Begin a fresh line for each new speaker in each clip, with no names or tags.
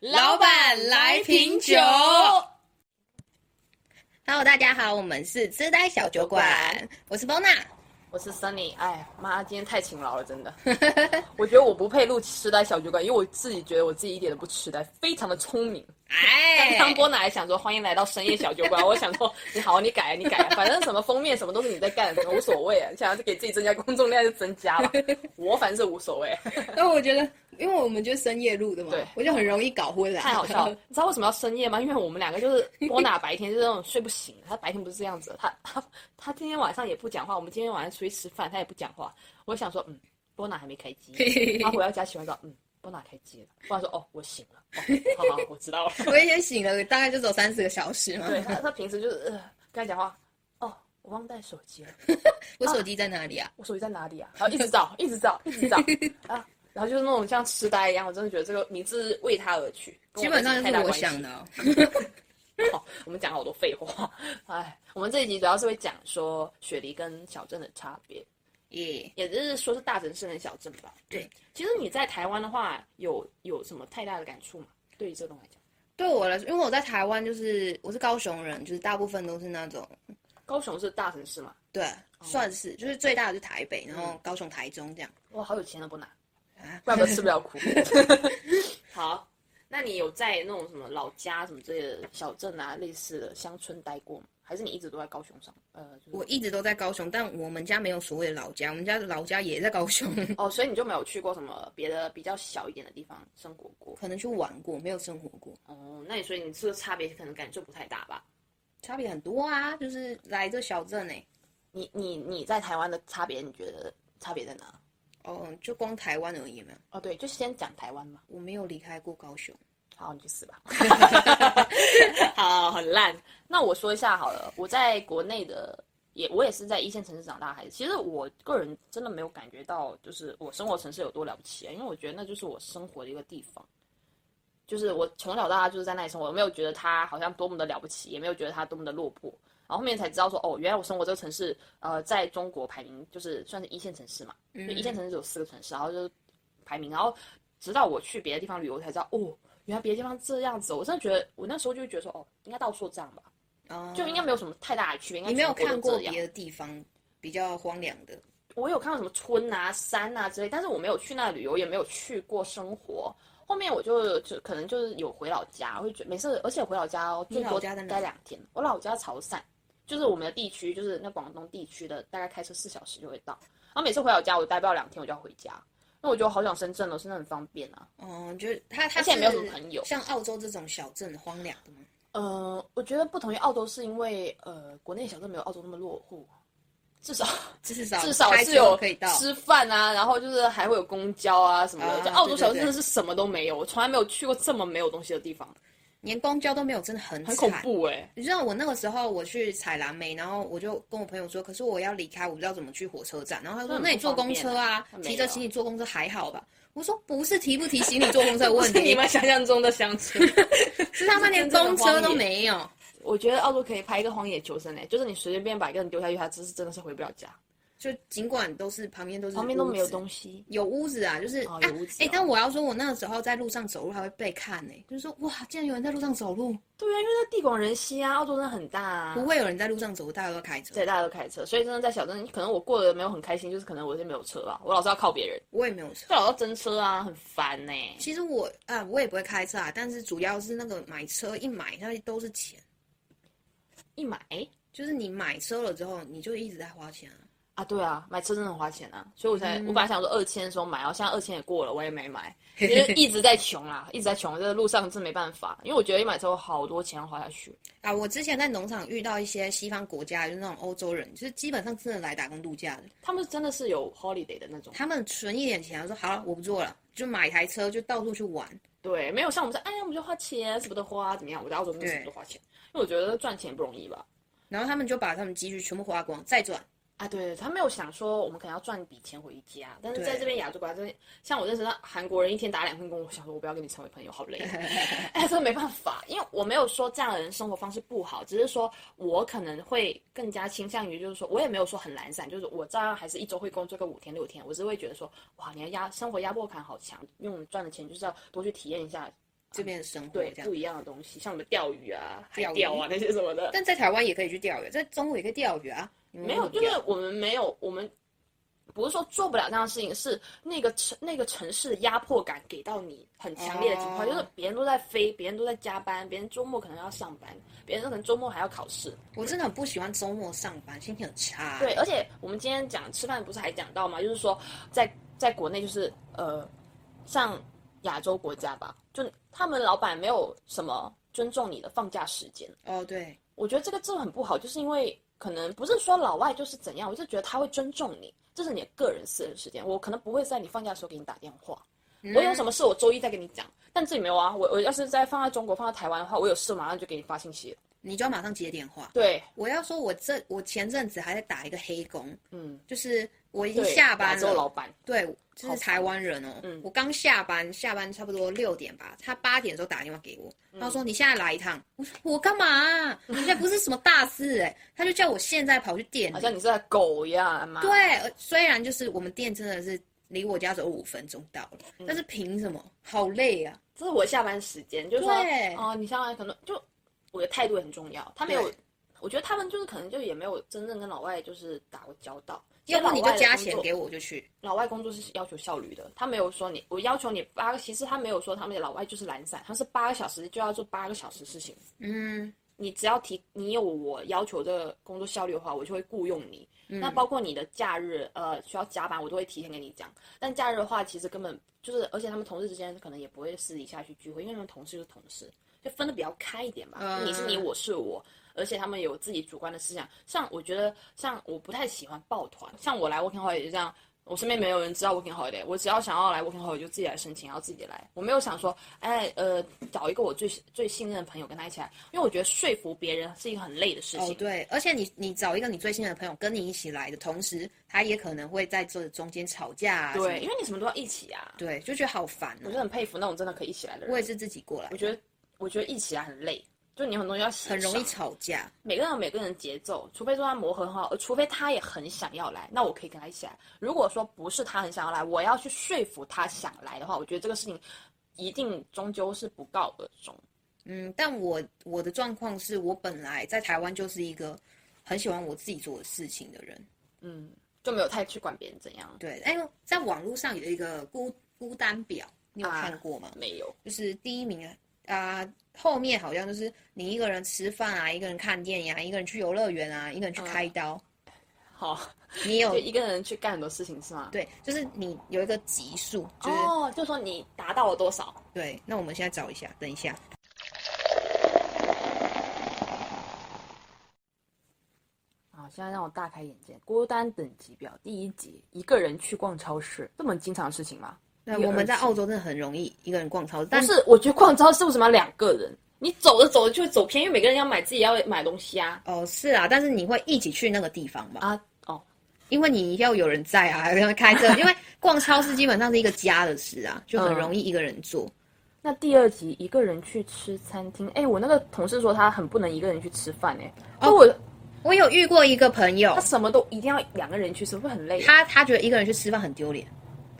老板来瓶酒。Hello，大家好，我们是痴呆小酒馆，我是包娜。
我是 Sunny，哎妈，今天太勤劳了，真的。 我觉得我不配录痴呆小酒馆，因为我自己觉得我自己一点都不痴呆，非常的聪明。
哎
刚，刚波奶还想说欢迎来到深夜小酒馆，我想说你好，你改啊你改啊，反正什么封面什么都是你在干，无所谓啊。你想要是给自己增加公众量就增加吧，我反正是无所谓。
那我觉得，因为我们就深夜录的嘛
对，
我就很容易搞混啊。
太好 笑 了！你知道为什么要深夜吗？因为我们两个就是波娜白天就是那种睡不醒，他白天不是这样子的，他 他他今天晚上也不讲话，我们今天晚上出去吃饭，他也不讲话。我想说，嗯，波娜还没开 机，他回到家洗完澡，嗯，波娜开机了。波娜说，哦，我醒了，哦、好好，我知道了。
我已经醒了，大概就走三四个小时嘛。
对他他平时就是、呃、跟他讲话，哦，我忘带手机了，
我手机在哪里啊？
我手机在哪里啊？然后一直找，一直找，一直 找啊。然后就是那种像痴呆一样，我真的觉得这个名字为他而取，跟
基
没
本上
什么
就
太
是
大
我
关系
想的、哦。
好， 我们讲了好多废话。哎，我们这一集主要是会讲说雪梨跟小镇的差别，
耶、
也就是说是大城市跟小镇吧。
对，
其实你在台湾的话，有有什么太大的感触吗？对于这种来讲，
对我来说，因为我在台湾，就是我是高雄人，就是大部分都是那种
高雄是大城市嘛？
对，
哦
算是就是最大的就是台北，然后高雄、台中这样。
哇，好有钱的不拿
啊，
怪不得吃不了苦。 好，那你有在那种什么老家什么之类的小镇啊，类似的乡村待过吗？还是你一直都在高雄上？呃，就是、
我一直都在高雄，但我们家没有所谓的老家，我们家的老家也在高雄，
哦，所以你就没有去过什么别的比较小一点的地方生活过？
可能去玩过，没有生活过。
哦，那你所以你这个差别可能感受不太大吧？
差别很多啊，就是来这小镇哎、
你你你在台湾的差别，你觉得差别在哪？
哦，就光台湾而已嘛，
哦，对，就先讲台湾嘛。
我没有离开过高雄。
好，你去死吧。好，很烂。那我说一下好了，我在国内的也我也是在一线城市长大的孩子。其实我个人真的没有感觉到，就是我生活城市有多了不起啊，因为我觉得那就是我生活的一个地方。就是我从小到大就是在那里生活，我没有觉得它好像多么的了不起，也没有觉得它多么的落魄。然后后面才知道说，哦，原来我生活这个城市，呃，在中国排名就是算是一线城市嘛，就一线城市有四个城市，然后就是排名。然后直到我去别的地方旅游才知道，哦，原来别的地方这样子。我真的觉得，我那时候就会觉得说，哦，应该到处这样吧，
哦，
就应该没有什么太大的区别。应该
你没有
全
看过
国都这样
别的地方比较荒凉的，
我有看到什么村啊、山啊之类，但是我没有去那旅游，也没有去过生活。后面我就就可能就是有回老家，我就觉得没事，而且回老家哦，
你
最
老
多
家在哪
待两天。我老家潮汕，就是我们的地区，就是那广东地区的，大概开车四小时就会到。然后每次回老家，我待不了两天，我就要回家。那我觉得好想深圳哦，深圳很方便啊。
哦，就是它它
而且
是
没有什么朋友
像澳洲这种小镇荒凉的吗？
呃，我觉得不同于澳洲，是因为呃，国内小镇没有澳洲那么落后，至少
至少
啊至少
开
是
车
有
可以到，
吃饭啊，然后就是还会有公交啊什么的。
啊
就澳洲小镇
对对对
真的是什么都没有，我从来没有去过这么没有东西的地方，
连公交都没有，真的很
很
很
恐。怖哎、
你知道我那个时候我去采蓝莓，然后我就跟我朋友说，可是我要离开，我不知道怎么去火车站。然后他说，
嗯
那你坐公车啊
方，便啊
提着行李坐公车还好吧？我说不是提不提行李坐公车的问
是啊你
题，
们想象中的乡 村。
是他们连公车都没有。
我觉得澳洲可以拍一个荒野求生哎、就是你随随便把一个人丢下去，他真是真的是回不了家，
就尽管都是旁边都是
旁边都没有
屋子
东西。
有屋子啊，就是
哦
啊
有屋子
哎、
哦
但我要说，我那个时候在路上走路还会被看呢、就是说哇，竟然有人在路上走路，
对啊，因为它地广人稀啊，澳洲真的很大啊。
不会有人在路上走路，大家都开车。
对，大家都开车，所以真的在小镇，可能我过得没有很开心，就是可能我是没有车吧，我老是要靠别人，
我也没有车。
就老是要争车啊，很烦呢、
其实我啊，我也不会开车啊，但是主要是那个买车一买，那都是钱，
一买哎
就是你买车了之后，你就一直在花钱啊。
啊，对啊，买车真的很花钱啊，所以我才、我本来想说二千的时候买，然后现在二千也过了，我也没买，就是一直在穷啦，一直在穷，这个路上真没办法，因为我觉得一买车我好多钱要花下去，
啊，我之前在农场遇到一些西方国家，就是那种欧洲人，就是基本上真的来打工度假的，
他们真的是有 holiday 的那种，
他们存一点钱，他说好了，我不做了，就买台车就到处去玩。
对，没有像我们这，哎呀，我们就花钱，什么都花，怎么样？我在澳洲真的什么都花钱，因为我觉得赚钱不容易吧。
然后他们就把他们积蓄全部花光，再转。
啊，对，他没有想说我们可能要赚一笔钱回家，但是在
对
这边亚洲国家，真的像我认识的韩国人，一天打两份工，我想说我不要跟你成为朋友，好 累啊。哎，这没办法，因为我没有说这样的人生活方式不好，只是说我可能会更加倾向于，就是说我也没有说很懒散，就是我照样还是一周会工作个五天六天，我是会觉得说，哇，你的压生活压迫感好强，因为我们赚的钱就是要多去体验一下
这边的生活
对
这样
不。一样的东西，像我们钓鱼啊、海
钓鱼
钓啊那些什么的，
但在台湾也可以去钓鱼，在中国也可以钓鱼啊。你们
没有，
为什么不
就是
钓
我们没有，我们不是说做不了这样的事情，是那个城那个城市压迫感给到你很强烈的情况，
哦
就是别人都在飞，别人都在加班，别人周末可能要上班，别人可能周末还要考试。
我真的很不喜欢周末上班，心情很差。欸
对，，而且我们今天讲吃饭不是还讲到嘛，就是说在在国内就是呃，像亚洲国家吧，就他们老板没有什么尊重你的放假时间。
哦对，
我觉得这个真的很不好，就是因为可能不是说老外就是怎样，我就觉得他会尊重你，这是你的个人私人时间，我可能不会在你放假的时候给你打电话，
嗯
我有什么事我周一再跟你讲，但这里没有啊，我我要是在放在中国放在台湾的话，我有事马上就给你发信息了。
你就要马上接电话。
对，
我要说，我这我前阵子还在打一个黑工，
嗯，
就是我已经
对，
下班
亚洲老
了。
板，
对，这
好
是
烦
台湾人哦。
嗯
我刚下班，下班差不多六点吧，他八点的时候打电话给我，
嗯
他说你现在来一趟。我说我干嘛啊、 你现在不是什么大事哎、他就叫我现在跑去店
好
里。
像你是在狗一样，啊妈，
对，呃虽然就是我们店真的是离我家只有五分钟到了，
嗯
但是凭什么？好累啊！
这是我下班时间，就是说，
对
哦、你下班可能就我的态度也很重要，他没有
对，
我觉得他们就是可能就也没有真正跟老外就是打过交道，
要不你就加钱
给。
给我，我就去。
老外工作是要求效率的，他没有说你，我要求你八个，其实他没有说他们的老外就是懒散，他是八个小时就要做八个小时事情。
嗯，
你只要提，你有我要求的工作效率的话，我就会雇佣你。
嗯
那包括你的假日，呃，需要加班，我都会提前跟你讲。但假日的话，其实根本就是，而且他们同事之间可能也不会私底下去聚会，因为他们同事就是同事，就分的比较开一点吧。
嗯
你是你，我是我，而且他们有自己主观的思想。像我觉得，像我不太喜欢抱团，像我来 working holiday 就这样。我身边没有人知道 working holiday，我只要想要来 working holiday 我就自己来申请，然后自己来。我没有想说，哎，呃，找一个我最最信任的朋友跟他一起来，因为我觉得说服别人是一个很累的事情。
哦对，而且你你找一个你最信任的朋友跟你一起来的同时，他也可能会在这中间吵架啊什么的。
对因为你什么都要一起啊。
对，就觉得好烦
我
哦、
就很佩服那种真的可以一起来的人。
我也是自己过来
我，觉得，我觉得一起来很累，就你很多东西要协
很容易
商
吵架。
每个人有每个人的节奏，除非说他磨合很好，呃除非他也很想要来，那我可以跟他一起来。如果说不是他很想要来，我要去说服他想来的话，我觉得这个事情一定终究是不告而终。
嗯，但我我的状况是我本来在台湾就是一个很喜欢我自己做的事情的人。
嗯，就没有太去管别人怎样。
对，哎呦，在网络上有一个孤孤单表，你有
啊
看过吗？
没有，
就是第一名啊、后面好像就是你一个人吃饭啊，一个人看电影啊，一个人去游乐园啊，一个人去开刀，
好，
你有
嗯就一个人去干很多事情是吗？
对，就是你有一个级数，就是、
哦，就说你达到了多少？
对。那我们现在找一下，等一下。
啊，现在让我大开眼界，《孤单等级表》第一集，一个人去逛超市，这么经常的事情吗？
那
第二
我们在
集
澳洲真的很容易一个人逛超市，
不
但
是，我觉得逛超市为什么要两个人？你走着走着就会走偏，因为每个人要买自己要买东西啊。
哦是啊，但是你会一起去那个地方吧？
啊，哦，
因为你要有人在啊， 要开车，因为逛超市基本上是一个家的事啊，就很
嗯
容易一个人做。
那第二集一个人去吃餐厅，哎，我那个同事说他很不能一个人去吃饭，哎，哦，我
我有遇过一个朋友
他，什么都一定要两个人去吃，会不会很累啊？
他他觉得一个人去吃饭很丢脸，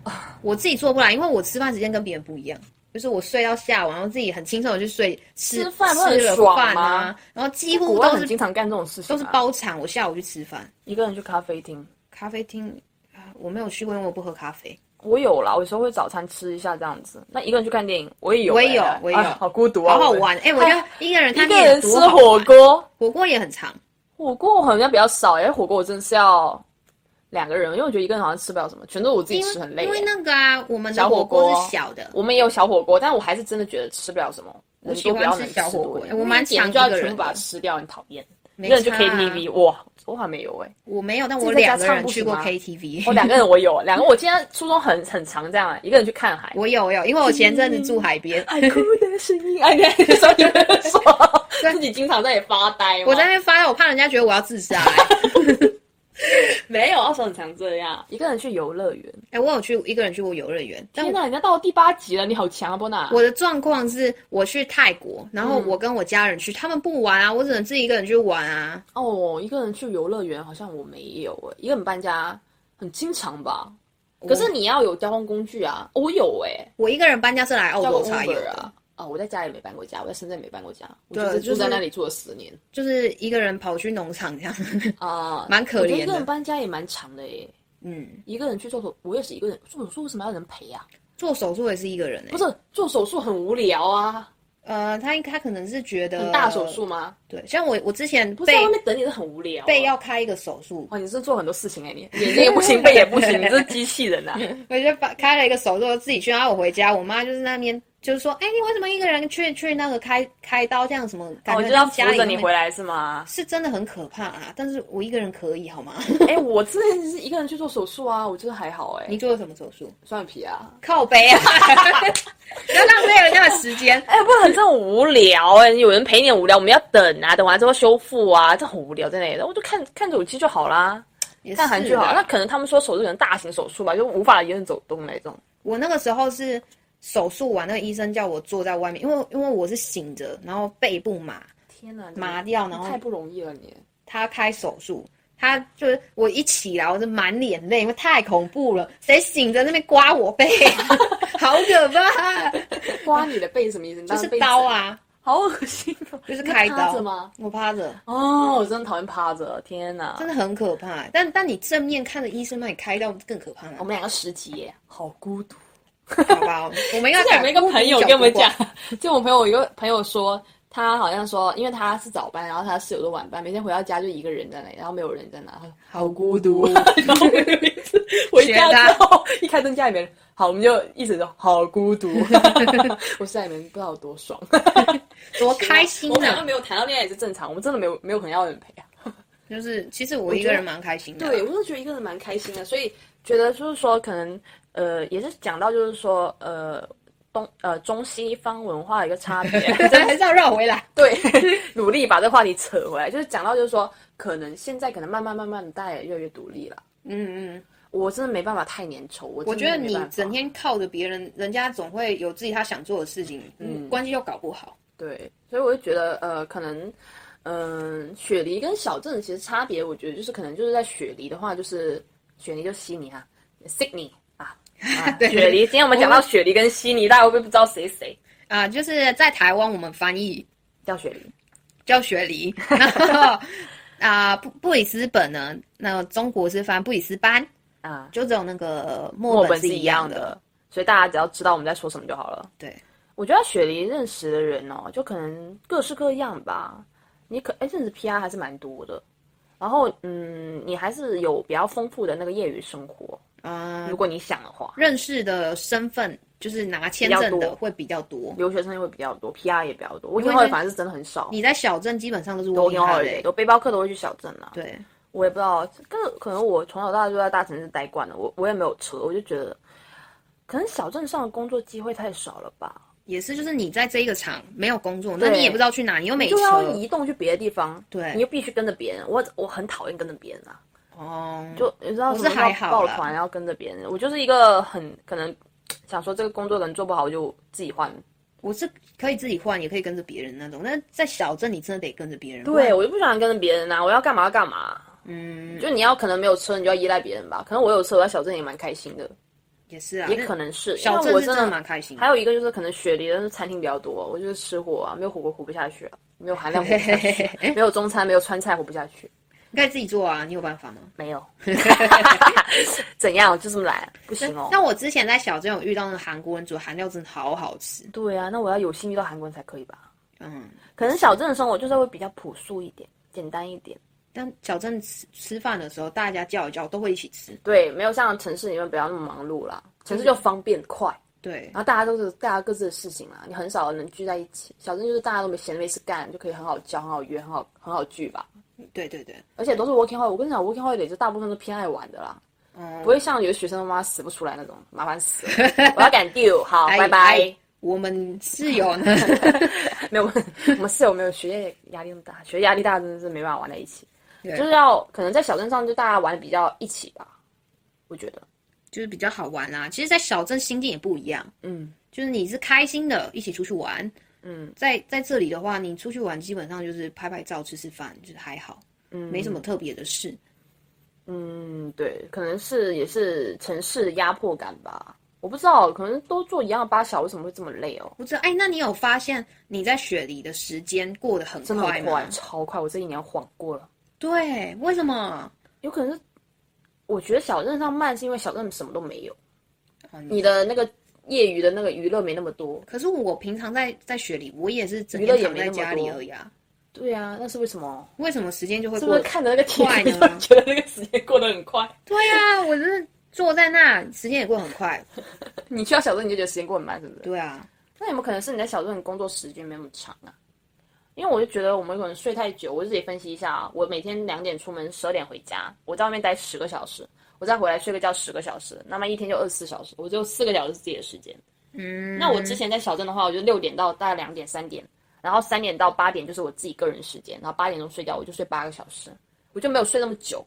啊
我自己做不来，因为我吃饭时间跟别人不一样，就是我睡到下午，然后自己很轻松的去睡，吃
吃饭
吃
会很
了
爽
饭啊
吗，
然后几
国
乎
外
都
很
是
经常干这种事情、啊
都是，包场，我下午去吃饭，
一个人去咖啡厅，
咖啡厅啊我没有去过，因为我不喝咖啡。
我有啦，我有时候会早餐吃一下这样子。那一个人去看电影，我也有、
我
哎
也有
哎
我也有
啊好孤独啊，
好好
我
玩，哎、我觉 得一个人
一
看
个
电
人
影
吃
多好啊
火锅，
火锅也很长，
火锅我好像比较少哎，火锅我真的是要两个人，因为我觉得一个人好像吃不了什么，全都是我自己
因
吃很
为
累
因为
哎。
那个啊，我们的
小火
火锅是
锅
小的，
我们也有小火锅，但我还是真的觉得吃不了什么。
我
人
喜
多
欢
不要
吃
能
小火
多
锅
一
哎
点
我蛮
一点
常
就要
一个
全
人
部把它
的
吃掉，很讨厌。一
没
个人去
差啊
KTV，哇，我还没有哎，
我没有，但我
自己在家
两个
唱
人
不
去
行
过
吗
KTV，
我两个人我有，两个我今天初中很很常这样哎，一个人去看海，
我有我有，因为我前阵子住海 边，
爱哭的声音，哎，你 说你们说自己经常在那里发呆吗？
我在那边发呆，我怕人家觉得我要自杀、欸。
没有，二手很常这样，一个人去游乐园。
哎、我有去一个人去过游乐园，但
天
我
呐，人家到了第八集了，你好强啊，波娜！
我的状况是我去泰国，然
嗯
后我跟我家人去，他们不玩啊，我只能自己一个人去玩啊。
哦，一个人去游乐园好像我没有哎，一个人搬家很经常吧？可是你要有交通工具啊，我有哎，
我一个人搬家是来澳
叫个
洲才有
Uber
的，
啊。哦，我在家也没搬过家，我在深圳没搬过家，我
对
就是
就
住在
是
那里住了十年
就是一个人跑去农场这样，
啊，
蛮可
我觉得
怜
一个人
的。
搬家也蛮长的耶，
嗯，
一个人去做手，我也是一个人做手术，为什么要有人陪啊呀、
做手术也是一个人哎、
不是做手术很无聊啊，
呃，他他可能是觉得
很大手术吗？
对，像我我之前
不是在
呃被
外面等你是很无聊、啊。
被要开一个手术，
哇，你是做很多事情哎、你眼睛也不行，背也不行，你这是机器 人呐、啊
我就把开了一个手术，自己去，然后我回家，我妈就是那边就是说，哎、你为什么一个人去去那个开开刀这样什么？感
哦我
觉
就要扶
家里
着
那
你
边
回来是吗？
是真的很可怕啊！但是我一个人可以好吗？
哎、我之前是一个人去做手术啊，我觉得还好哎、
你做了什么手术？
双眼皮啊，
靠背 啊！不要浪费人家的时间。
哎、不然这很无聊哎、有人陪你很无聊，我们要等啊，等完之后修复啊，这很无聊在那里的，我就看看手机就好啦，
也
看韩剧
是
好
啊
了。那可能他们说手术可能大型手术吧，就无法一个人走动那种。
我那个时候是手术完，那个医生叫我坐在外面，因为因为我是醒着，然后背部麻，
天哪，
麻掉然后
太不容易了你。
他开手术。他就是我一起来，我就满脸泪，因为太恐怖了。谁醒着那边刮我背， 好可 怕！
刮你的背是什么意思？就
就是刀，啊，
好恶心哦！
就是开
你趴
刀
着吗？
我趴着，
哦，我真的讨厌趴着，天哪！
真的很可怕。但但你正面看着医生帮你开刀，更可怕
我
了，
们两个十级耶，好孤独。
好吧？我们应该
之前有一个
把孤独
朋友
角
跟我们
度啊化
讲， 就我朋友有一个朋友说，他好像说，因为他是早班，然后他室友都晚班，每天回到家就一个人在那里，然后没有人在那，好孤独。 然后我们有一次回家之 后，一开灯家里面，好，我们就一直都好孤 独。我室友里面不知道有多爽，
多开心
我们两
啊
个！没有谈到恋爱也是正常，我们真的没有没有可能要有人陪啊。
就是其实我一个人蛮开心的啊，
对，我就觉得一个人蛮开心的，所以觉得就是说，可能呃，也是讲到就是说呃。东呃中西方文化的一个差别，
还是要绕回来。
对，努力把这个话题扯回来，就是讲到就是说，可能现在可能慢慢慢慢的大家也越来越独立了。
嗯嗯，
我真的没办法太粘稠，我
我
我
觉得你整天靠着别人，人家总会有自己他想做的事情，嗯，关系又搞不好。
对，所以我就觉得呃，可能嗯、雪梨跟小镇其实差别，我觉得就是可能就是在雪梨的话，就是雪梨就悉尼啊，Sydney 啊。啊
对
雪梨，今天我们讲到雪梨跟悉尼，大家会不会不知道谁是谁？
啊，就是在台湾我们翻译
叫雪梨，
叫雪 梨，然后啊布布里斯本呢，那中国是翻布里斯班
啊
就只有那个
墨
墨
本
本
是
是
一
一
样
样
的，所以大家只要知道我们在说什么就好了。
对，
我觉得在雪梨认识的人哦，就可能各式各样吧。你可哎，认识 PR 还是蛮多的。然后嗯，你还是有比较丰富的那个业余生活，
啊
如。果你想的话，
认识的身份就是拿签
比
证
较
的
多
会比较多。
留学生也会比较多，PR 也比较多。我
因为
听后来
在
反正是真的很少。
你在小镇基本上都是
我
working
听后
holiday，
来都啊背包客都会去小镇啊。
对，
我也不知道，跟可能我从小到大就在大城市待惯了，我我也没有车，我就觉得，可能小镇上的工作机会太少了吧。
也是就是你在这一个厂没有工作，那
对
你也不知道去哪，你又没
就要
车，
移动去别的地方，
对
你又必须跟着别人。我我很讨厌跟着别人啊，
哦，
就你知道
我
什
是
么时候
还好
抱
啦
团然后跟着别人，我就是一个很可能想说这个工作可能做不好，我就自己换。
我是可以自己换，也可以跟着别人那种。但在小镇，你真的得跟着别人。不
对，
然，
我就不想跟着别人啊，我要干嘛干嘛。
嗯，
就你要可能没有车，你就要依赖别人吧。可能我有车，我在小镇也蛮开心的，
也是啊，
也
那
可能是
小
因为
镇
我
是
真
真的蛮开心的
还有一个就是可能雪梨的餐厅比较多，我就是吃火啊，没有火锅活不下去啊，没有含量活不下去，没有中餐没有川菜活不下去，
你可以自己做啊，你有办法吗？
没 有，怎样就这么来，不行哦。
那我之前在小镇有遇到那个韩国人煮韩料，真的好好吃。
对啊，那我要有幸遇到韩国人才可以吧？
嗯，
可能小镇的生活就是会比较朴素一点，简单一点。
但小镇吃吃饭的时候，大家叫一叫都会一起吃。
对，没有像城市里面不要那么忙碌啦，城市就方便快，
对，
然后大家都是大家各自的事情嘛，你很少能聚在一起。小镇就是大家都没闲着没事干，就可以很好交、很好约、很好很好聚吧。
对对对，
而且都是 working holiday，我跟你讲，working holiday 就大部分都偏爱玩的啦，
嗯
不，会像有的学生他妈死不出来那种，麻烦死 了。我要赶 due，好，拜拜。
哎我们室友呢，
没有，我们室友没有学业压力那么大，学业压力大真的是没办法玩在一起，就是要可能在小镇上就大家玩的比较一起吧，我觉得，
就是比较好玩啦、其实，在小镇心境也不一样。
嗯，
就是你是开心的，一起出去玩。
嗯，
在在这里的话，你出去玩基本上就是拍拍照、吃吃饭，就是还好，嗯，没什么特别的事。
嗯，对，可能是也是城市压迫感吧，我不知道，可能都做一样的八小，为什么会这么累哦？
不知道哎，那你有发现你在雪梨的时间过得很
真的
快
很
吗？
快，超快，我这一年晃过了。
对，为什么？
有可能是，我觉得小镇上慢是因为小镇什么都没有，
哦
啊你的那个业余的那个娱乐没那么多。
可是我平常在在雪梨，我也是整
娱乐
天
也
躺
没
在
那么
家里
多
而已啊。
对啊，那是为什么？
为什么时间就会
是
过
不是
得？
看着那个铁
快
就
呢
觉得那个时间过得很快？
对 啊，我真的坐在那，时间也过得很快。
你去到小镇你就觉得时间过得很慢，是不是？
对啊，
那有没有可能是你在小镇工作时间没那么长啊？因为我就觉得我们可能睡太久，我就自己分析一下啊。我每天两点出门，十二点回家，我在外面待十个小时，我再回来睡个觉十个小时，那么一天就二十四小时，我就四个小时自己的时间。
嗯，
那我之前在小镇的话，我就六点到大概两点三点，然后三点到八点就是我自己个人时间，然后八点钟睡觉，我就睡八个小时，我就没有睡那么久。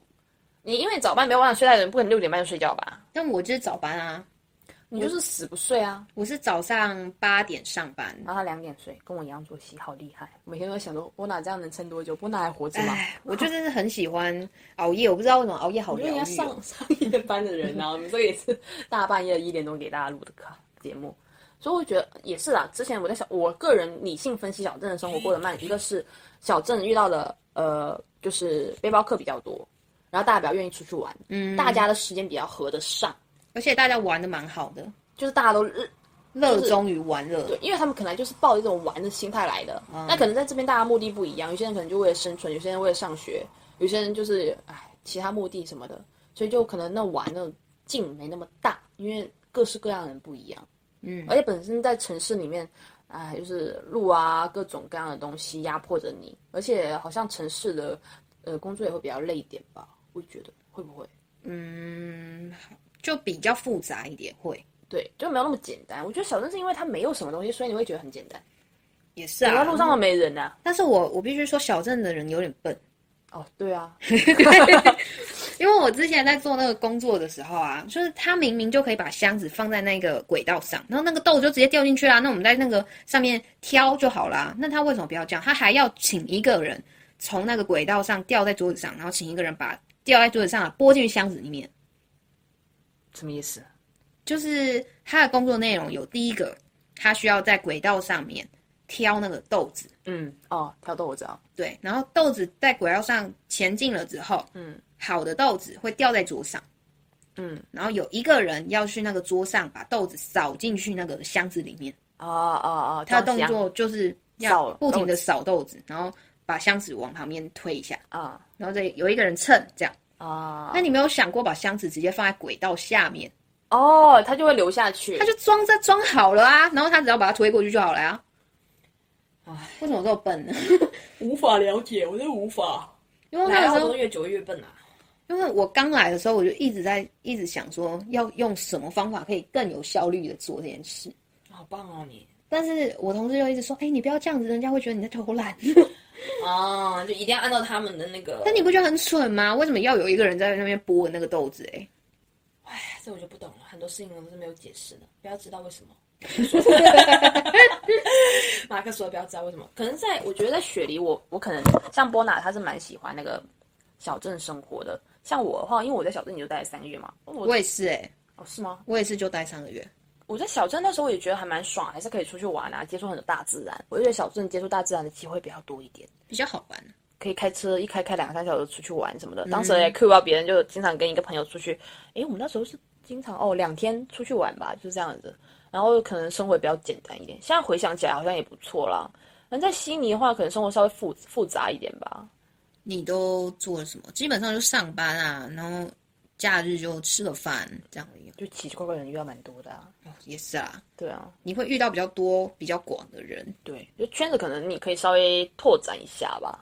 你因为早班没有办法睡到人，不可能六点半就睡觉吧？
但我就是早班啊，
你就是死不睡啊，
我是早上八点上班。
然后他啊两点睡，跟我一样作息，好厉害。每天都在想着，我哪这样能撑多久？我哪还活着吗？
哎，我就真的很喜欢熬夜，我不知道为什么熬夜好
因为
疗
人家
愈、哦。
上 上夜班的人啊，我们这个也是大半夜一点钟给大家录的课节目，所以我觉得也是啦。之前我在想，我个人理性分析小镇的生活过得慢，一个是小镇遇到的呃，就是背包客比较多，然后大家比较愿意出去玩，嗯，大家的时间比较合得上，
而且大家玩的蛮好的，
就是大家都
热衷于玩乐。
对，因为他们可能就是抱一种玩的心态来的。
嗯
那可能在这边大家目的不一样，有些人可能就为了生存，有些人为了上学，有些人就是哎其他目的什么的，所以就可能那玩的劲没那么大，因为各式各样的人不一样。嗯，而且本身在城市里面，哎，就是路啊各种各样的东西压迫着你，而且好像城市的呃工作也会比较累一点吧，我觉得会不会？
嗯，就比较复杂一点，会
对，就没有那么简单。我觉得小镇是因为它没有什么东西，所以你会觉得很简单。
也是
然
啊。
后路上都没人呐、
但是我我必须说，小镇的人有点笨，
哦，对啊，
因为我之前在做那个工作的时候啊，就是他明明就可以把箱子放在那个轨道上，然后那个豆就直接掉进去啦。那我们在那个上面挑就好啦。那他为什么不要这样？他还要请一个人从那个轨道上吊在桌子上，然后请一个人把吊在桌子上的拨进去箱子里面。
什么意思？
就是他的工作内容有第一个，他需要在轨道上面挑那个豆子，
嗯，哦，挑豆我知道。
对，然后豆子在轨道上前进了之后，
嗯，
好的豆子会掉在桌上，
嗯，
然后有一个人要去那个桌上把豆子扫进去那个箱子里面，
哦哦哦，
他的动作就是
扫
要
豆
不停的扫豆子，然后把箱子往旁边推一下，
啊
然后再有一个人蹭这样。
啊，
那你没有想过把箱子直接放在轨道下面，
哦，他就会流下去
他。就装在装好了啊，然后他只要把它推过去就好了啊。为什么这么笨呢？
无法了解，我真无法。
因为那
来
个时
澳
候
洲哎越久越笨啊。
因为我刚来的时候，我就一直在一直想说，要用什么方法可以更有效率的做这件事。
好棒哦你。
但是我同事就一直说，哎、你不要这样子，人家会觉得你在偷懒。
啊，就一定要按照他们的那个。
但你不觉得很蠢吗？为什么要有一个人在那边剥那个豆子、哎，
哎，这我就不懂了，很多事情我都是没有解释的，不要知道 为什么。马克说不要知道为什么，可能在我觉得在雪梨我，我可能像波娜，她是蛮喜欢那个小镇生活的。像我的话，因为我在小镇也就待了三个月嘛，我
我也是、哎，
哦是吗？
我也是就待三个月。
我在小镇那时候也觉得还蛮爽，还是可以出去玩啊，接触很多大自然。我就觉得小镇接触大自然的机会比较多一点，
比较好玩，
可以开车一开开两个三小时出去玩什么的。当时也 Q 到别人，就经常跟一个朋友出去，诶，我们那时候是经常哦两天出去玩吧，就是这样子。然后可能生活也比较简单一点，现在回想起来好像也不错啦。那在悉尼的话，可能生活稍微复复杂一点吧。
你都做了什么？基本上就上班啊，然后假日就吃个饭这样而已。哦
就奇奇怪怪的人遇到蛮多的、啊，
也是啊，
对啊，
你会遇到比较多、比较广的人。
对，就圈子可能你可以稍微拓展一下吧，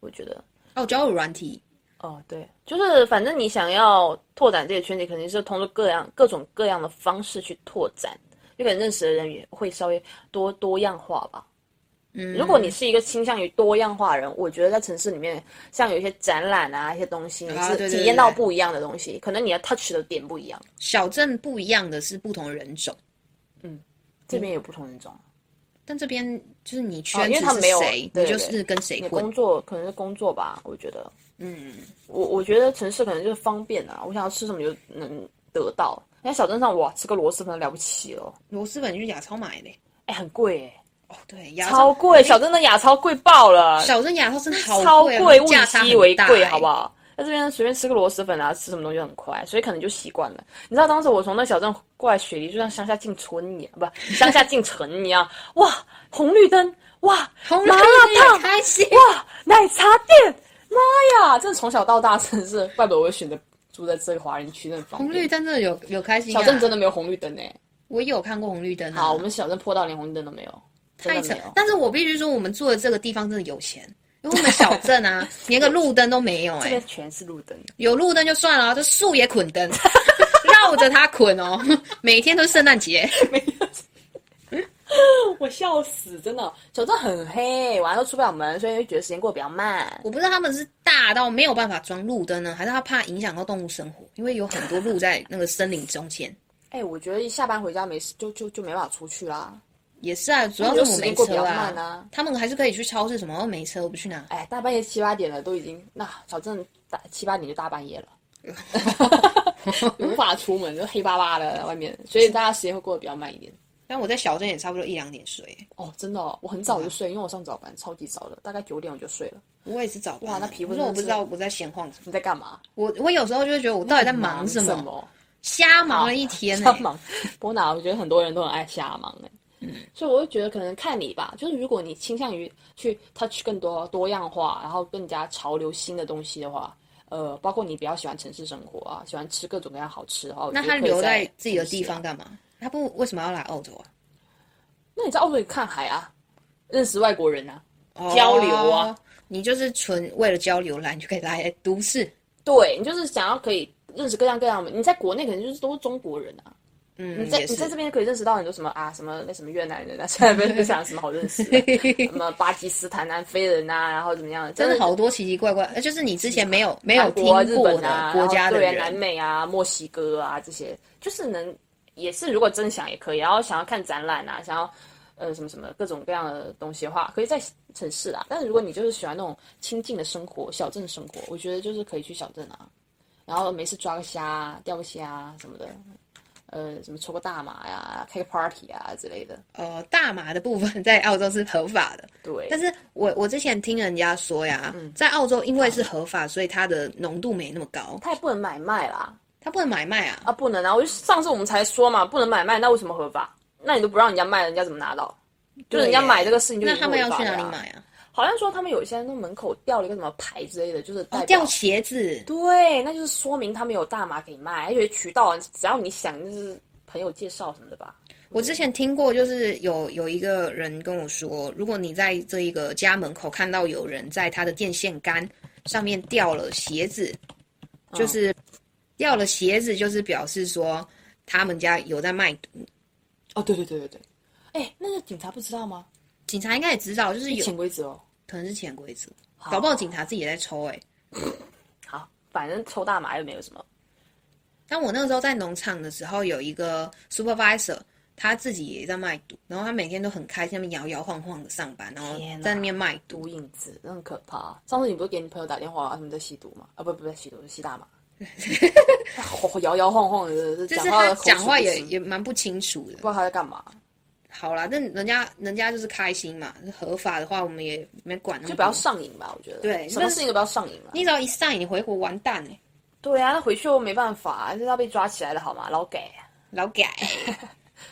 我觉得。
哦，交友软体，
哦，对，就是反正你想要拓展这个圈子，肯定是通过各样各种各样的方式去拓展，就可能认识的人也会稍微多多样化吧。
嗯，
如果你是一个倾向于多样化的人，我觉得在城市里面，像有一些展览啊，一些东西，你
啊对
是
对
体
对
验到
对
不一样的东西，可能你的 touch 的点不一样。
小镇不一样的是不同人种。
这边有不同人种，
嗯但这边就是你
哦
圈
因为
子
他
是
没有
谁，
对
你就
对
是跟谁
你
混
工。作可能是工作吧，我觉得。
嗯，
我我觉得城市可能就是方便啊，我想要吃什么就能得到。那小镇上哇，吃个螺蛳粉了不起了，
螺蛳粉去亚超买的欸、
哎，很贵哎、
哦，对，亚
超
超
贵，小镇的亚超贵爆了，
小镇亚超真的
超
好
贵，
啊
物
价
以
差
稀为
很大、
贵，好不？好？在这边随便吃个螺蛳粉啊，吃什么东西都很快，所以可能就习惯了。你知道当时我从那小镇过来雪梨，就像乡下进村一样，不，乡下进城一样，哇，红绿灯，哇，
红
麻
辣
辣烫
烫开 心，
哇，奶茶店，妈呀！真的从小到大真的是，怪不得我会选择住在这个华人区，真的方
红绿
便。
灯真的有有开心、啊，
小镇真的没有红绿灯哎、
我也有看过红绿灯、啊，
好，我们小镇破到连红绿灯都没有，真
太
的
扯
没有。。
但是我必须说，我们住的这个地方真的有钱，因为我们小镇 啊，连个路灯都没有、
这
哎
边，全是路灯，
有路灯就算了啊，这树也捆灯， 绕着它捆哦， 每天都是圣诞节。
我笑死，真的，小镇很黑，晚上都出不了门，所以会觉得时间过得比较慢。
我不知道他们是大到没有办法装路灯呢，还是他怕影响到动物生活，因为有很多路在那个森林中间。
哎、我觉得一下班回家没事，就就就没办法出去啦。
也是啊，主要是我
时
没
间过比
车
较
啊
慢啊
他们还是可以去超市什么，哦没车我不去拿。
哎，大半夜七八点了，都已经那小镇大七八点就大 半夜了，无法出门，就黑巴巴的外面，所以大家时间会过得比较慢一点。
但我在小镇也差不多一两点睡，
哦，真的、哦，我很早就睡，因为我上早班，超级早的，大概九点我就睡了。
我也是早班啊。
哇那皮肤
可是我
真的
不
是
知道我在闲晃什么。
你在干嘛？
我我有时候就会觉得我到底在忙什么，
么？
瞎忙了一天 呢、
瞎忙，波娜，我觉得很多人都很爱瞎忙哎、
嗯
所以我就觉得可能看你吧，就是如果你倾向于去 touch 更多多样化，然后更加潮流新的东西的话，呃，包括你比较喜欢城市生活啊，喜欢吃各种各样好吃的话，我觉
那
得
他
可以
留
在
在自己的地
城
方
市啊。
干嘛？他不为什么要来澳洲啊？
那你在澳洲也看海啊，认识外国人啊，
哦
交流啊，
你就是纯为了交流来，你就可以来都市。
对你就是想要可以认识各样各样的。你在国内可能就是都是中国人啊，
嗯，
你在
也
你
是
在这边可以认识到很多什么啊，什么那什么越南人啊，现在不是想什么好认识啊 的，什么巴基斯坦、南非人啊，然后怎么样，
真
真
的好多奇奇怪怪，呃就是你之前没有没有
韩
听
国啊、日
过
本
的
啊、
国家的
然后对啊、南
人。
美啊、墨西哥啊这些，就是能也是如果真想也可以，然后想要看展览啊，想要呃什么什么各种各样的东西的话，可以在城市啊。但是如果你就是喜欢那种清静的生活、小镇生活，我觉得就是可以去小镇啊，然后没事抓个虾、钓个虾什么的。呃，什么抽个大麻呀，开个 party 啊之类的，
呃，大麻的部分 在澳洲是合法的，
对。嗯
但是我我之前听人家说呀，在澳洲因为是合法，所以它的浓度没那么高，
他也不能买卖啦，
它不能买卖啊。
啊，不能啊！我就上次我们才说嘛，不能买卖，那为什么合法？那你都不让人家卖，人家怎么拿到？就人家
耶
买这个事情就已
那
经
他们要
违法
去
了
哪里
啊？
买啊？
好像说他们有一些那门口吊了一个什么牌之类的，就是代
哦，
表、
掉鞋子，
对，那就是说明他们有大麻可以卖，而且渠道只要你想，就是朋友介绍什么的吧。
我之前听过，就是有有一个人跟我说，如果你在这一个家门口看到有人在他的电线杆上面掉了鞋子，
嗯
就是掉了鞋子，就是表示说他们家有在卖毒。
哦，对对对对对，哎，那个警察不知道吗？
警察应该也知道，就是有
潜规则哦。
可能是潜规则，
哦
搞不好警察自己也在抽哎、
好，反正抽大麻又没有什么。
但我那个时候在农场的时候，有一个 supervisor，他自己也在卖毒，然后他每天都很开心，那边摇摇晃晃的上班，然后
天哪嗯
在那边卖毒。
毒瘾子，那很可怕。上次你不是给你朋友打电话，他们在吸毒吗？啊，不，不在吸毒，是吸大麻。 晃摇摇晃晃的，
就
讲
是
话
他
的口齿
讲话
不
也
清
也蛮不清楚的
不。知道他在干嘛，
好啦，但人家人家就是开心嘛，合法的话我们也没管那么多。
就不要上瘾吧，我觉得。
对
什么
那
事情都不要上瘾了。
你只要一上瘾，你回国完蛋哎、
对啊，那回去又没办法，还是要被抓起来的好吗？老给。啊
老改。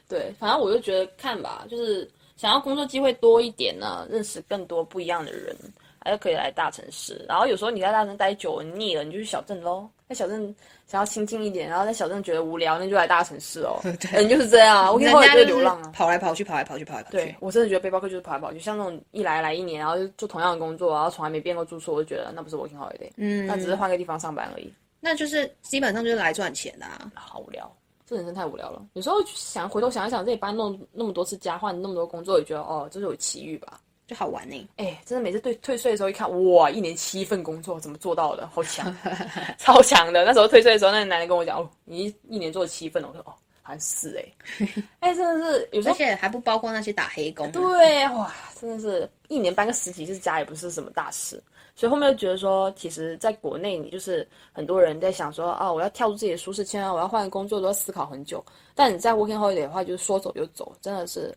对，反正我就觉得看吧，就是想要工作机会多一点呢，认识更多不一样的人，还是可以来大城市。然后有时候你在大城市待久了腻了，你就去小镇喽。在小镇想要清静一点，然后在小镇觉得无聊，那就来大城市 哦。对，你就是这样啊，我跟你
人
后来
家
就是
就
流
是
浪啊。
跑来跑去，跑来跑去，跑来跑去。
对，我真的觉得背包客就是跑来跑去，像那种一来来一年，然后就做同样的工作，然后从来没变过住宿，我就觉得那不是 working holiday，嗯，那只是换个地方上班而已，
那就是基本上就是来赚钱的、啊。
好无聊，这人生太无聊了。有时候想回头想一想，自己搬弄那么多次家，换那么多工作，也觉得哦，这是有奇遇吧。
就好玩呢、欸
哎、真的每次对退税的时候一看，哇，一年七份工作怎么做到的？ 好强，超强的。那时候退税的时候，那个男的跟我讲，哦，你一一年做七份哦，我说哦，好像是 哎、哎、真的是有时
而
候
且还不包括那些打黑
啊
工。
对哇，真的是一年搬个十几次家也不是什么大事，所以后面就觉得说，其实在国内你就是很多人在想说啊，我要跳出自己的舒适圈啊，我要换工作都要思考很久。但你在 working holiday 的话，就是说走就走，真的是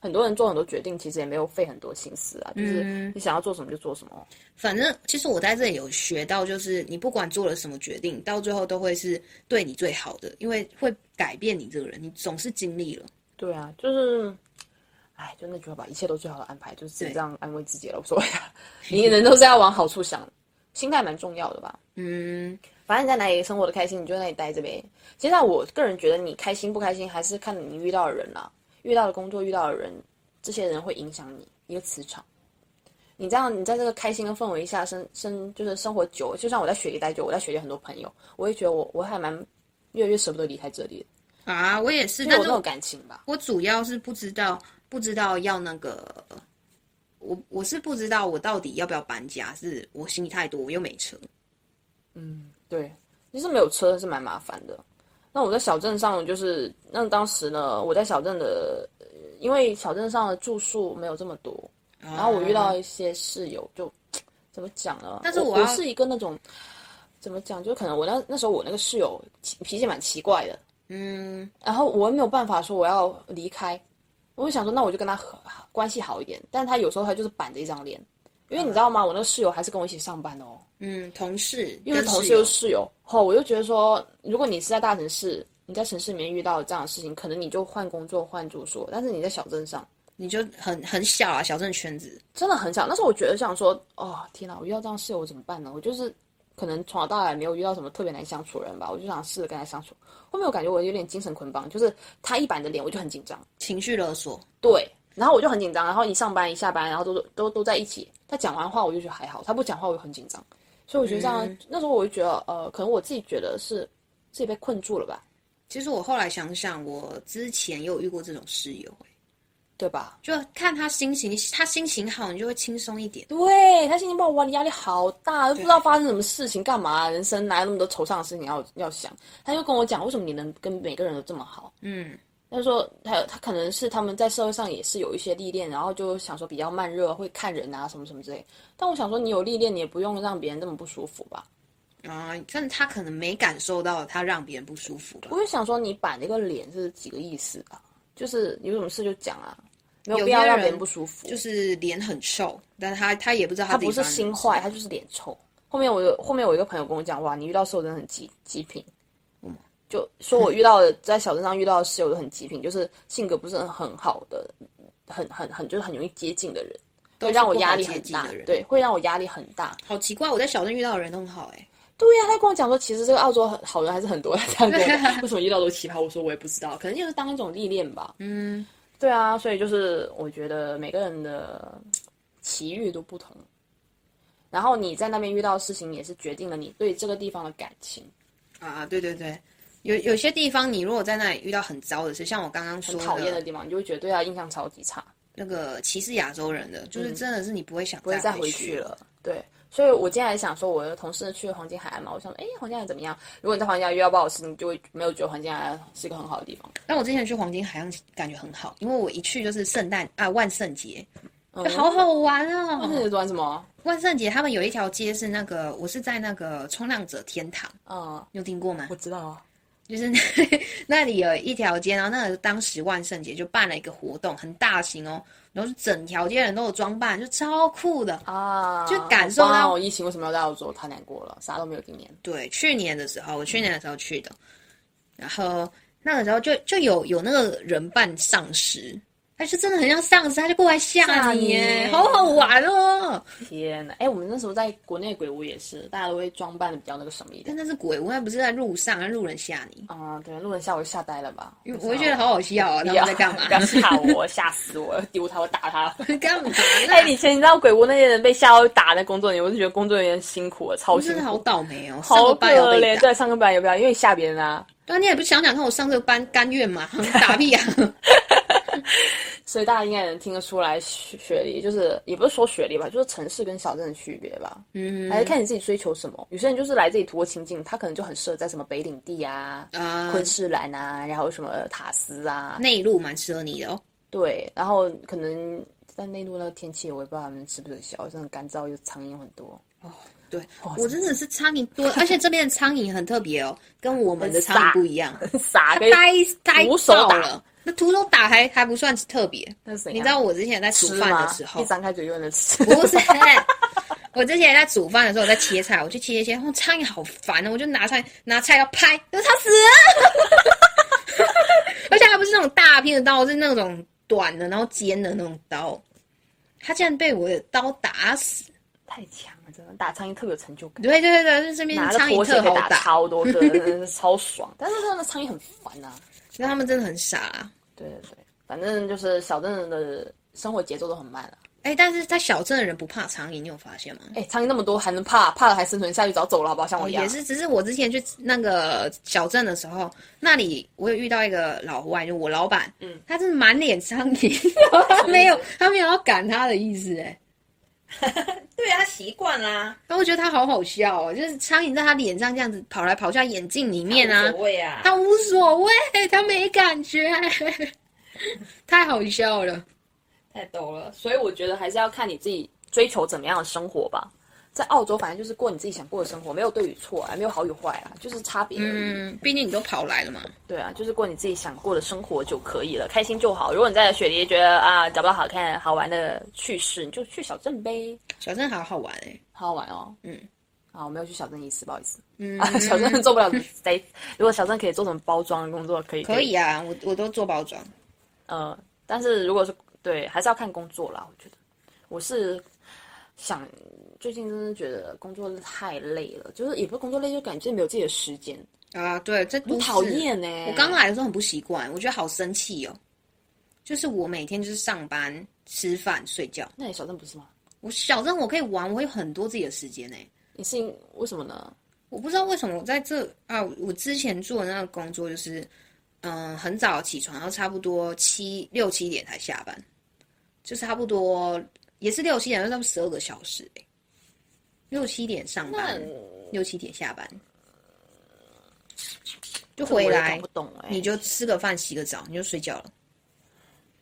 很多人做很多决定，其实也没有费很多心思啊，就是你想要做什么就做什么。
反正其实我在这里有学到，就是你不管做了什么决定，到最后都会是对你最好的，因为会改变你这个人，你总是经历了。
对啊，就是。哎，就那句话吧，一切都最好的安排，就是自己
对
这样安慰自己了，无所谓啊。你人都是要往好处想，心态蛮重要的吧。
嗯，
反正你在哪里生活的开心，你就在哪里待着呗。其实啊我个人觉得，你开心不开心，还是看你遇到的人啦、遇到的工作、遇到的人，这些人会影响你一个磁场。你这样，你在这个开心的氛围下生生，就是生活久，就像我在雪梨待久，我在雪梨很多朋友，我会觉得我我还蛮越来越舍不得离开这里的，
啊，我也是，
因为
但
我
是
那种感情吧。
我主要是不知道，不知道要那个，我我是不知道我到底要不要搬家，是我行李太多，我又没车。
对，其实没有车是蛮麻烦的。那我在小镇上，就是那当时呢，我在小镇的，呃因为小镇上的住宿没有这么多，
然
然后我遇到一些室友就，怎么讲呢？
嗯但是
我
我要
是一个那种怎么讲，就可能我那那时候我那个室友脾脾气蛮奇怪的，
嗯，
然后我也没有办法说我要离开，我就想说那我就跟他和关系好一点，但他有时候他就是板着一张脸，因为你知道吗？我那个室友还是跟我一起上班的哦，
嗯，同事
因为
跟室
同事又
友
是室友，后我就觉得说，如果你是在大城市，你在城市里面遇到这样的事情，可能你就换工作换住宿，但是你在小镇上。
你就很很小啊，小镇圈子。
真的很少。那时候我觉得想说，哦，天哪，我遇到这样室友我怎么办呢？我就是可能从小到大也没有遇到什么特别难相处的人吧，我就想试着跟他相处。后面我感觉我有点精神捆绑，就是他一板着脸我就很紧张，
情绪勒索，
对，然后我就很紧张。然后一上班一下班，然后都都都在一起。他讲完话我就觉得还好，他不讲话我就很紧张。所以我觉得这样，那时候我就觉得，呃，可能我自己觉得是自己被困住了吧，
其实我后来想想，我之前也有遇过这种室友、欸
对吧？
就看他心情，他心情好，你就会轻松一点。
对他心情不好，哇，你压力好大，都不知道发生什么事情，干嘛？人生哪有那么多惆怅的事情要要想？他就跟我讲，为什么你能跟每个人都这么好？
嗯，
他说他他可能是他们在社会上也是有一些历练，然后就想说比较慢热，会看人啊什么什么之类。但我想说，你有历练，你也不用让别人这么不舒服吧？
啊，但他可能没感受到他让别人不舒服吧
我。就想说，你板那个脸是几个意思啊？就是有什么事就讲啊，没
有
有必要
些
让别人
人
不舒服。
就是脸很臭，但他他也不知道他
他
自己
不是
发生什
心
么
坏，
事，
他就是脸臭。后面我有后面我一个朋友跟我讲，哇，你遇到室友真的很极极品，就说我遇到的在小镇上遇到的室友都很极品，就是性格不是很很好的，很很很就是很容易接近的人，
都
会
是
让我
不好
压力
接
很
近
大
的人，
对，会让我压力很大。
好奇怪，我在小镇遇到的人都很好哎、
对啊呀、他跟我讲说，其实这个澳洲很好人还是很多，他这样讲，为什么遇到都奇葩？我说我也不知道，可能就是当一种历练吧。嗯，对啊，所以就是我觉得每个人的奇遇都不同，然后你在那边遇到的事情，也是决定了你对这个地方的感情，
啊，对对对，有有些地方你如果在那里遇到很糟的事，像我刚刚说
很讨厌的
的
地方，你就会觉得对他印象超级差，
那个歧视亚洲人的，就是真的是你不会想
嗯不会再回
去
去。了。对，所以我今天还想说，我的同事去黄金海岸嘛，我想说，哎，黄金海岸怎么样？如果你在黄金海岸遇到不好的事，你就会没有觉得黄金海岸是一个很好的地方。
但我之前去黄金海岸感觉很好，因为我一去就是圣诞啊万圣节，就好好玩哦。
那你玩什么？
万圣节他们有一条街是那个，我是在那个冲浪者天堂，
嗯，
你有听过吗？
我知道啊。
就是 那里有一条街，然后那个当时万圣节就办了一个活动，很大型哦，然后是整条街人都有装扮，就超酷的。
啊，
就感受到
我疫情为什么要在澳洲，太难过了，啥都没有今年。
对，去年的时候，我去年的时候去的，然后那个时候就就有有那个人扮丧尸，他就真的很像丧尸，他就过来吓
吓
你
你
耶，好好玩哦。
天呐，哎，我们那时候在国内鬼屋也是，大家都会装扮的比较那个什么一
但
点。
那是鬼屋，那不是在路上，让路人吓你，
啊、对，路人吓我就吓呆了吧？因
我就觉得好好笑啊、哦，他
不要
们在干嘛
不？要吓我，吓死我，丢他，我打他。
干嘛
哎，
啦？
以前你知道鬼屋那些人被吓到打那工作人员，我就觉得工作人员辛苦了，超辛
真的好
苦，
倒霉哦，上
好
个
可
班有被
怜。
打。
对，上个班也不要，因为吓别人啊。
对啊，你也不想想看我上这个班甘愿吗？打屁啊！
所以大家应该能听得出来雪雪梨就是也不是说雪梨吧，就是城市跟小镇的区别吧。嗯，还是看你自己追求什么。有些人就是来这里图个清静，他可能就很适合在什么北领地啊、
啊
昆士兰啊，然后什么塔斯啊，
内陆蛮适合你的哦。
对，然后可能在内陆那个天气，我也不知道他们吃不吃得消，真的干燥又苍蝇很多。
对，我真的是苍蝇多，而且这边的苍蝇很特别哦，跟我们的苍
很
蝇
傻
不一样，
傻
呆呆
徒手
爆
打
了。那徒手打还还不算特别，
那是怎样
你知道我之前在煮
吃
饭
吗
的时候
一，张开嘴就能吃。
不是， 我之前在煮饭的时候，我在切菜，我去切切切，然后苍蝇好烦哦，我就拿菜拿菜要拍，就它死了， 而且还不是那种大片的刀，是那种短的，然后尖的那种刀，它竟然被我的刀打死。
太强了，真的打苍蝇特别有成就感，
对对对对，就是这边
拿
嗯
着
苍
拖
蝇
鞋
特
可以
好
打
打，
超多个，真的是超爽。但是真的苍蝇很烦啊。
那他们真的很傻、啊。
对对对，反正就是小镇的生活节奏都很慢啊。
哎，但是在小镇的人不怕苍蝇，你有发现吗？
哎，苍蝇那么多，还能怕？怕了还生存下去，早走了，好不好？像我一样。
也是，只是我之前去那个小镇的时候，那里我有遇到一个老外，就我老板，嗯，他是满脸苍蝇， 他没有，他没有要赶他的意思，哎，
对啊，习惯啦，
但我觉得他好好笑哦，就是苍蝇在他脸上这样子跑来跑去，他眼镜里面啊
无，所谓啊。
他无所谓，他没感觉， 太好笑了。
太逗了，
所以我觉得还是要看你自己追求怎么样的生活吧。在澳洲，反正就是过你自己想过的生活，没有对与错啊，没有好与坏啊，就是差别而已。
嗯，毕竟你都跑来了嘛，
对啊，就是过你自己想过的生活就可以了，开心就好。如果你在雪梨觉得啊找不到好看好玩的趣事，你就去小镇呗，
小镇好好玩哎、
好好玩哦。
嗯，
啊，我没有去小镇一次，不好意思。
嗯
啊， 小镇做不了在，如果小镇可以做成包装的工作，可以
可以啊，我我都做包装，
呃，但是如果是对，还是要看工作啦。我觉得我是想最近真的觉得工作太累了，就是也不是工作累，就感觉没有自己的时间，
啊，对，这
很
都
讨
市
厌呢、欸
我刚来的时候很不习惯，我觉得好生气哦。就是我每天就是上班、吃饭、睡觉。
那你小镇不是吗？
我小镇我可以玩，我会有很多自己的时间呢、
你是因为什么呢？
我不知道为什么我在这啊，我之前做的那个工作就是，嗯、很早起床，然后差不多七六七点才下班，就差不多也是六七点，就差不多十二个小时、欸。六七点上班，六七点下班，就回
我也
来
搞不懂哎、
你就吃个饭、洗个澡，你就睡觉了。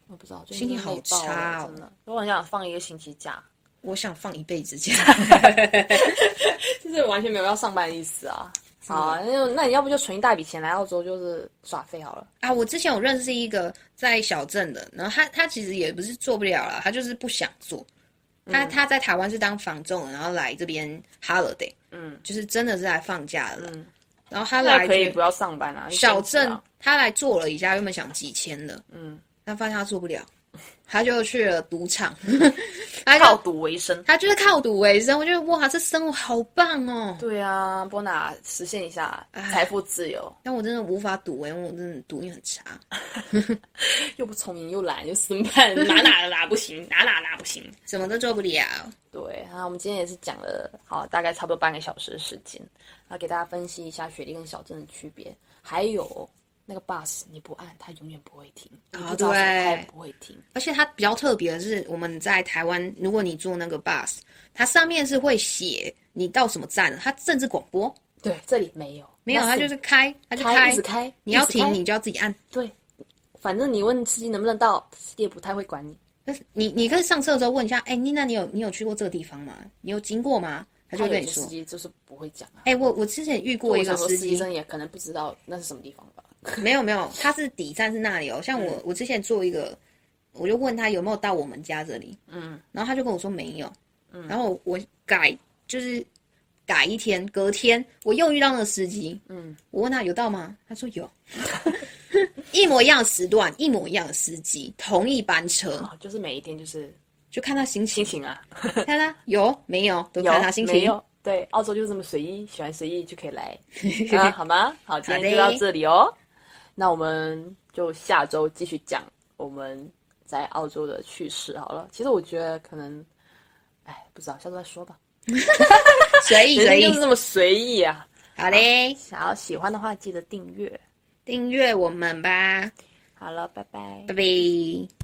我不知道，
心情好差哦
哦，真的。我很想放一个星期假，
我想放一辈子假。
就是完全没有要上班的意思啊。好啊，那就那你要不就存一大笔钱来澳洲，就是耍废好了。
啊，我之前有认识一个在小镇的，然后他他其实也不是做不了啦，他就是不想做。
嗯
他、他在台湾是当房仲的，然后来这边 holiday，
嗯，
就是真的是来放假的。
嗯
然后他
那
来
可以
觉得
不要上班啊，
小
一阵子
镇
啊，
他来做了一下，原本想几千的，
嗯，
但发现他做不了，他就去了赌 场，他
靠
就
赌为生。
他就是靠赌为生。我觉得哇，这生活好棒哦！
对啊，波娜实现一下财富自由，
但我真的无法赌、欸，因为我真的赌运很差。
又不聪明又懒又死板，哪哪哪不行，哪哪哪不行。
什么都做不了。
对，啊那我们今天也是讲了好大概差不多半个小时的时间，然后给大家分析一下雪莉跟小镇的区别，还有那个 bus 你不按，它永远不会停，你不知道
啊对
什么它也不会停。
而且它比较特别的是，我们在台湾，如果你坐那个 bus，它上面是会写你到什么站了，它甚至广播
对，这里没有，
没有，
那
它就是开，它就
开一直开，
你要
一直开
停，你就要自己按。
对，反正你问司机能不能到，司机也不太会管你。
但是你你可以上车的时候问一下，哎、妮娜，你有你有去过这个地方吗？你有经过吗？他就
他
会
有
跟你
些
说
司，机就是不会讲啊，
哎、我我之前遇过一
想
个
说
司
机
机，嗯
真的也可能不知道那是什么地方吧。
没有没有，他是底站是那里哦。像我我之前做一个，我就问他有没有到我们家这里，嗯，然后他就跟我说没有，嗯，然后我改就是改一天，隔天我又遇到那个司机，嗯，我问他有到吗？他说有， 一模一样的时段，一模一样的司机，同一班车，
哦，就是每一天就是
就看他心
心
情，
情啊，
看他有没有，都看他心
没
情。
有？对，澳洲就是这么随意，喜欢随意就可 以来，啊，好吗？好，今天就
好
到
的
这里哦。那我们就下周继续讲我们在澳洲的趣事好了。其实我觉得可能，哎，不知道，下周再说吧。
随意
人
随
生就
意
是，这么随意啊！
好嘞，
想要喜欢的话，记得订阅。
订阅我们吧，
好了，拜拜
拜。拜。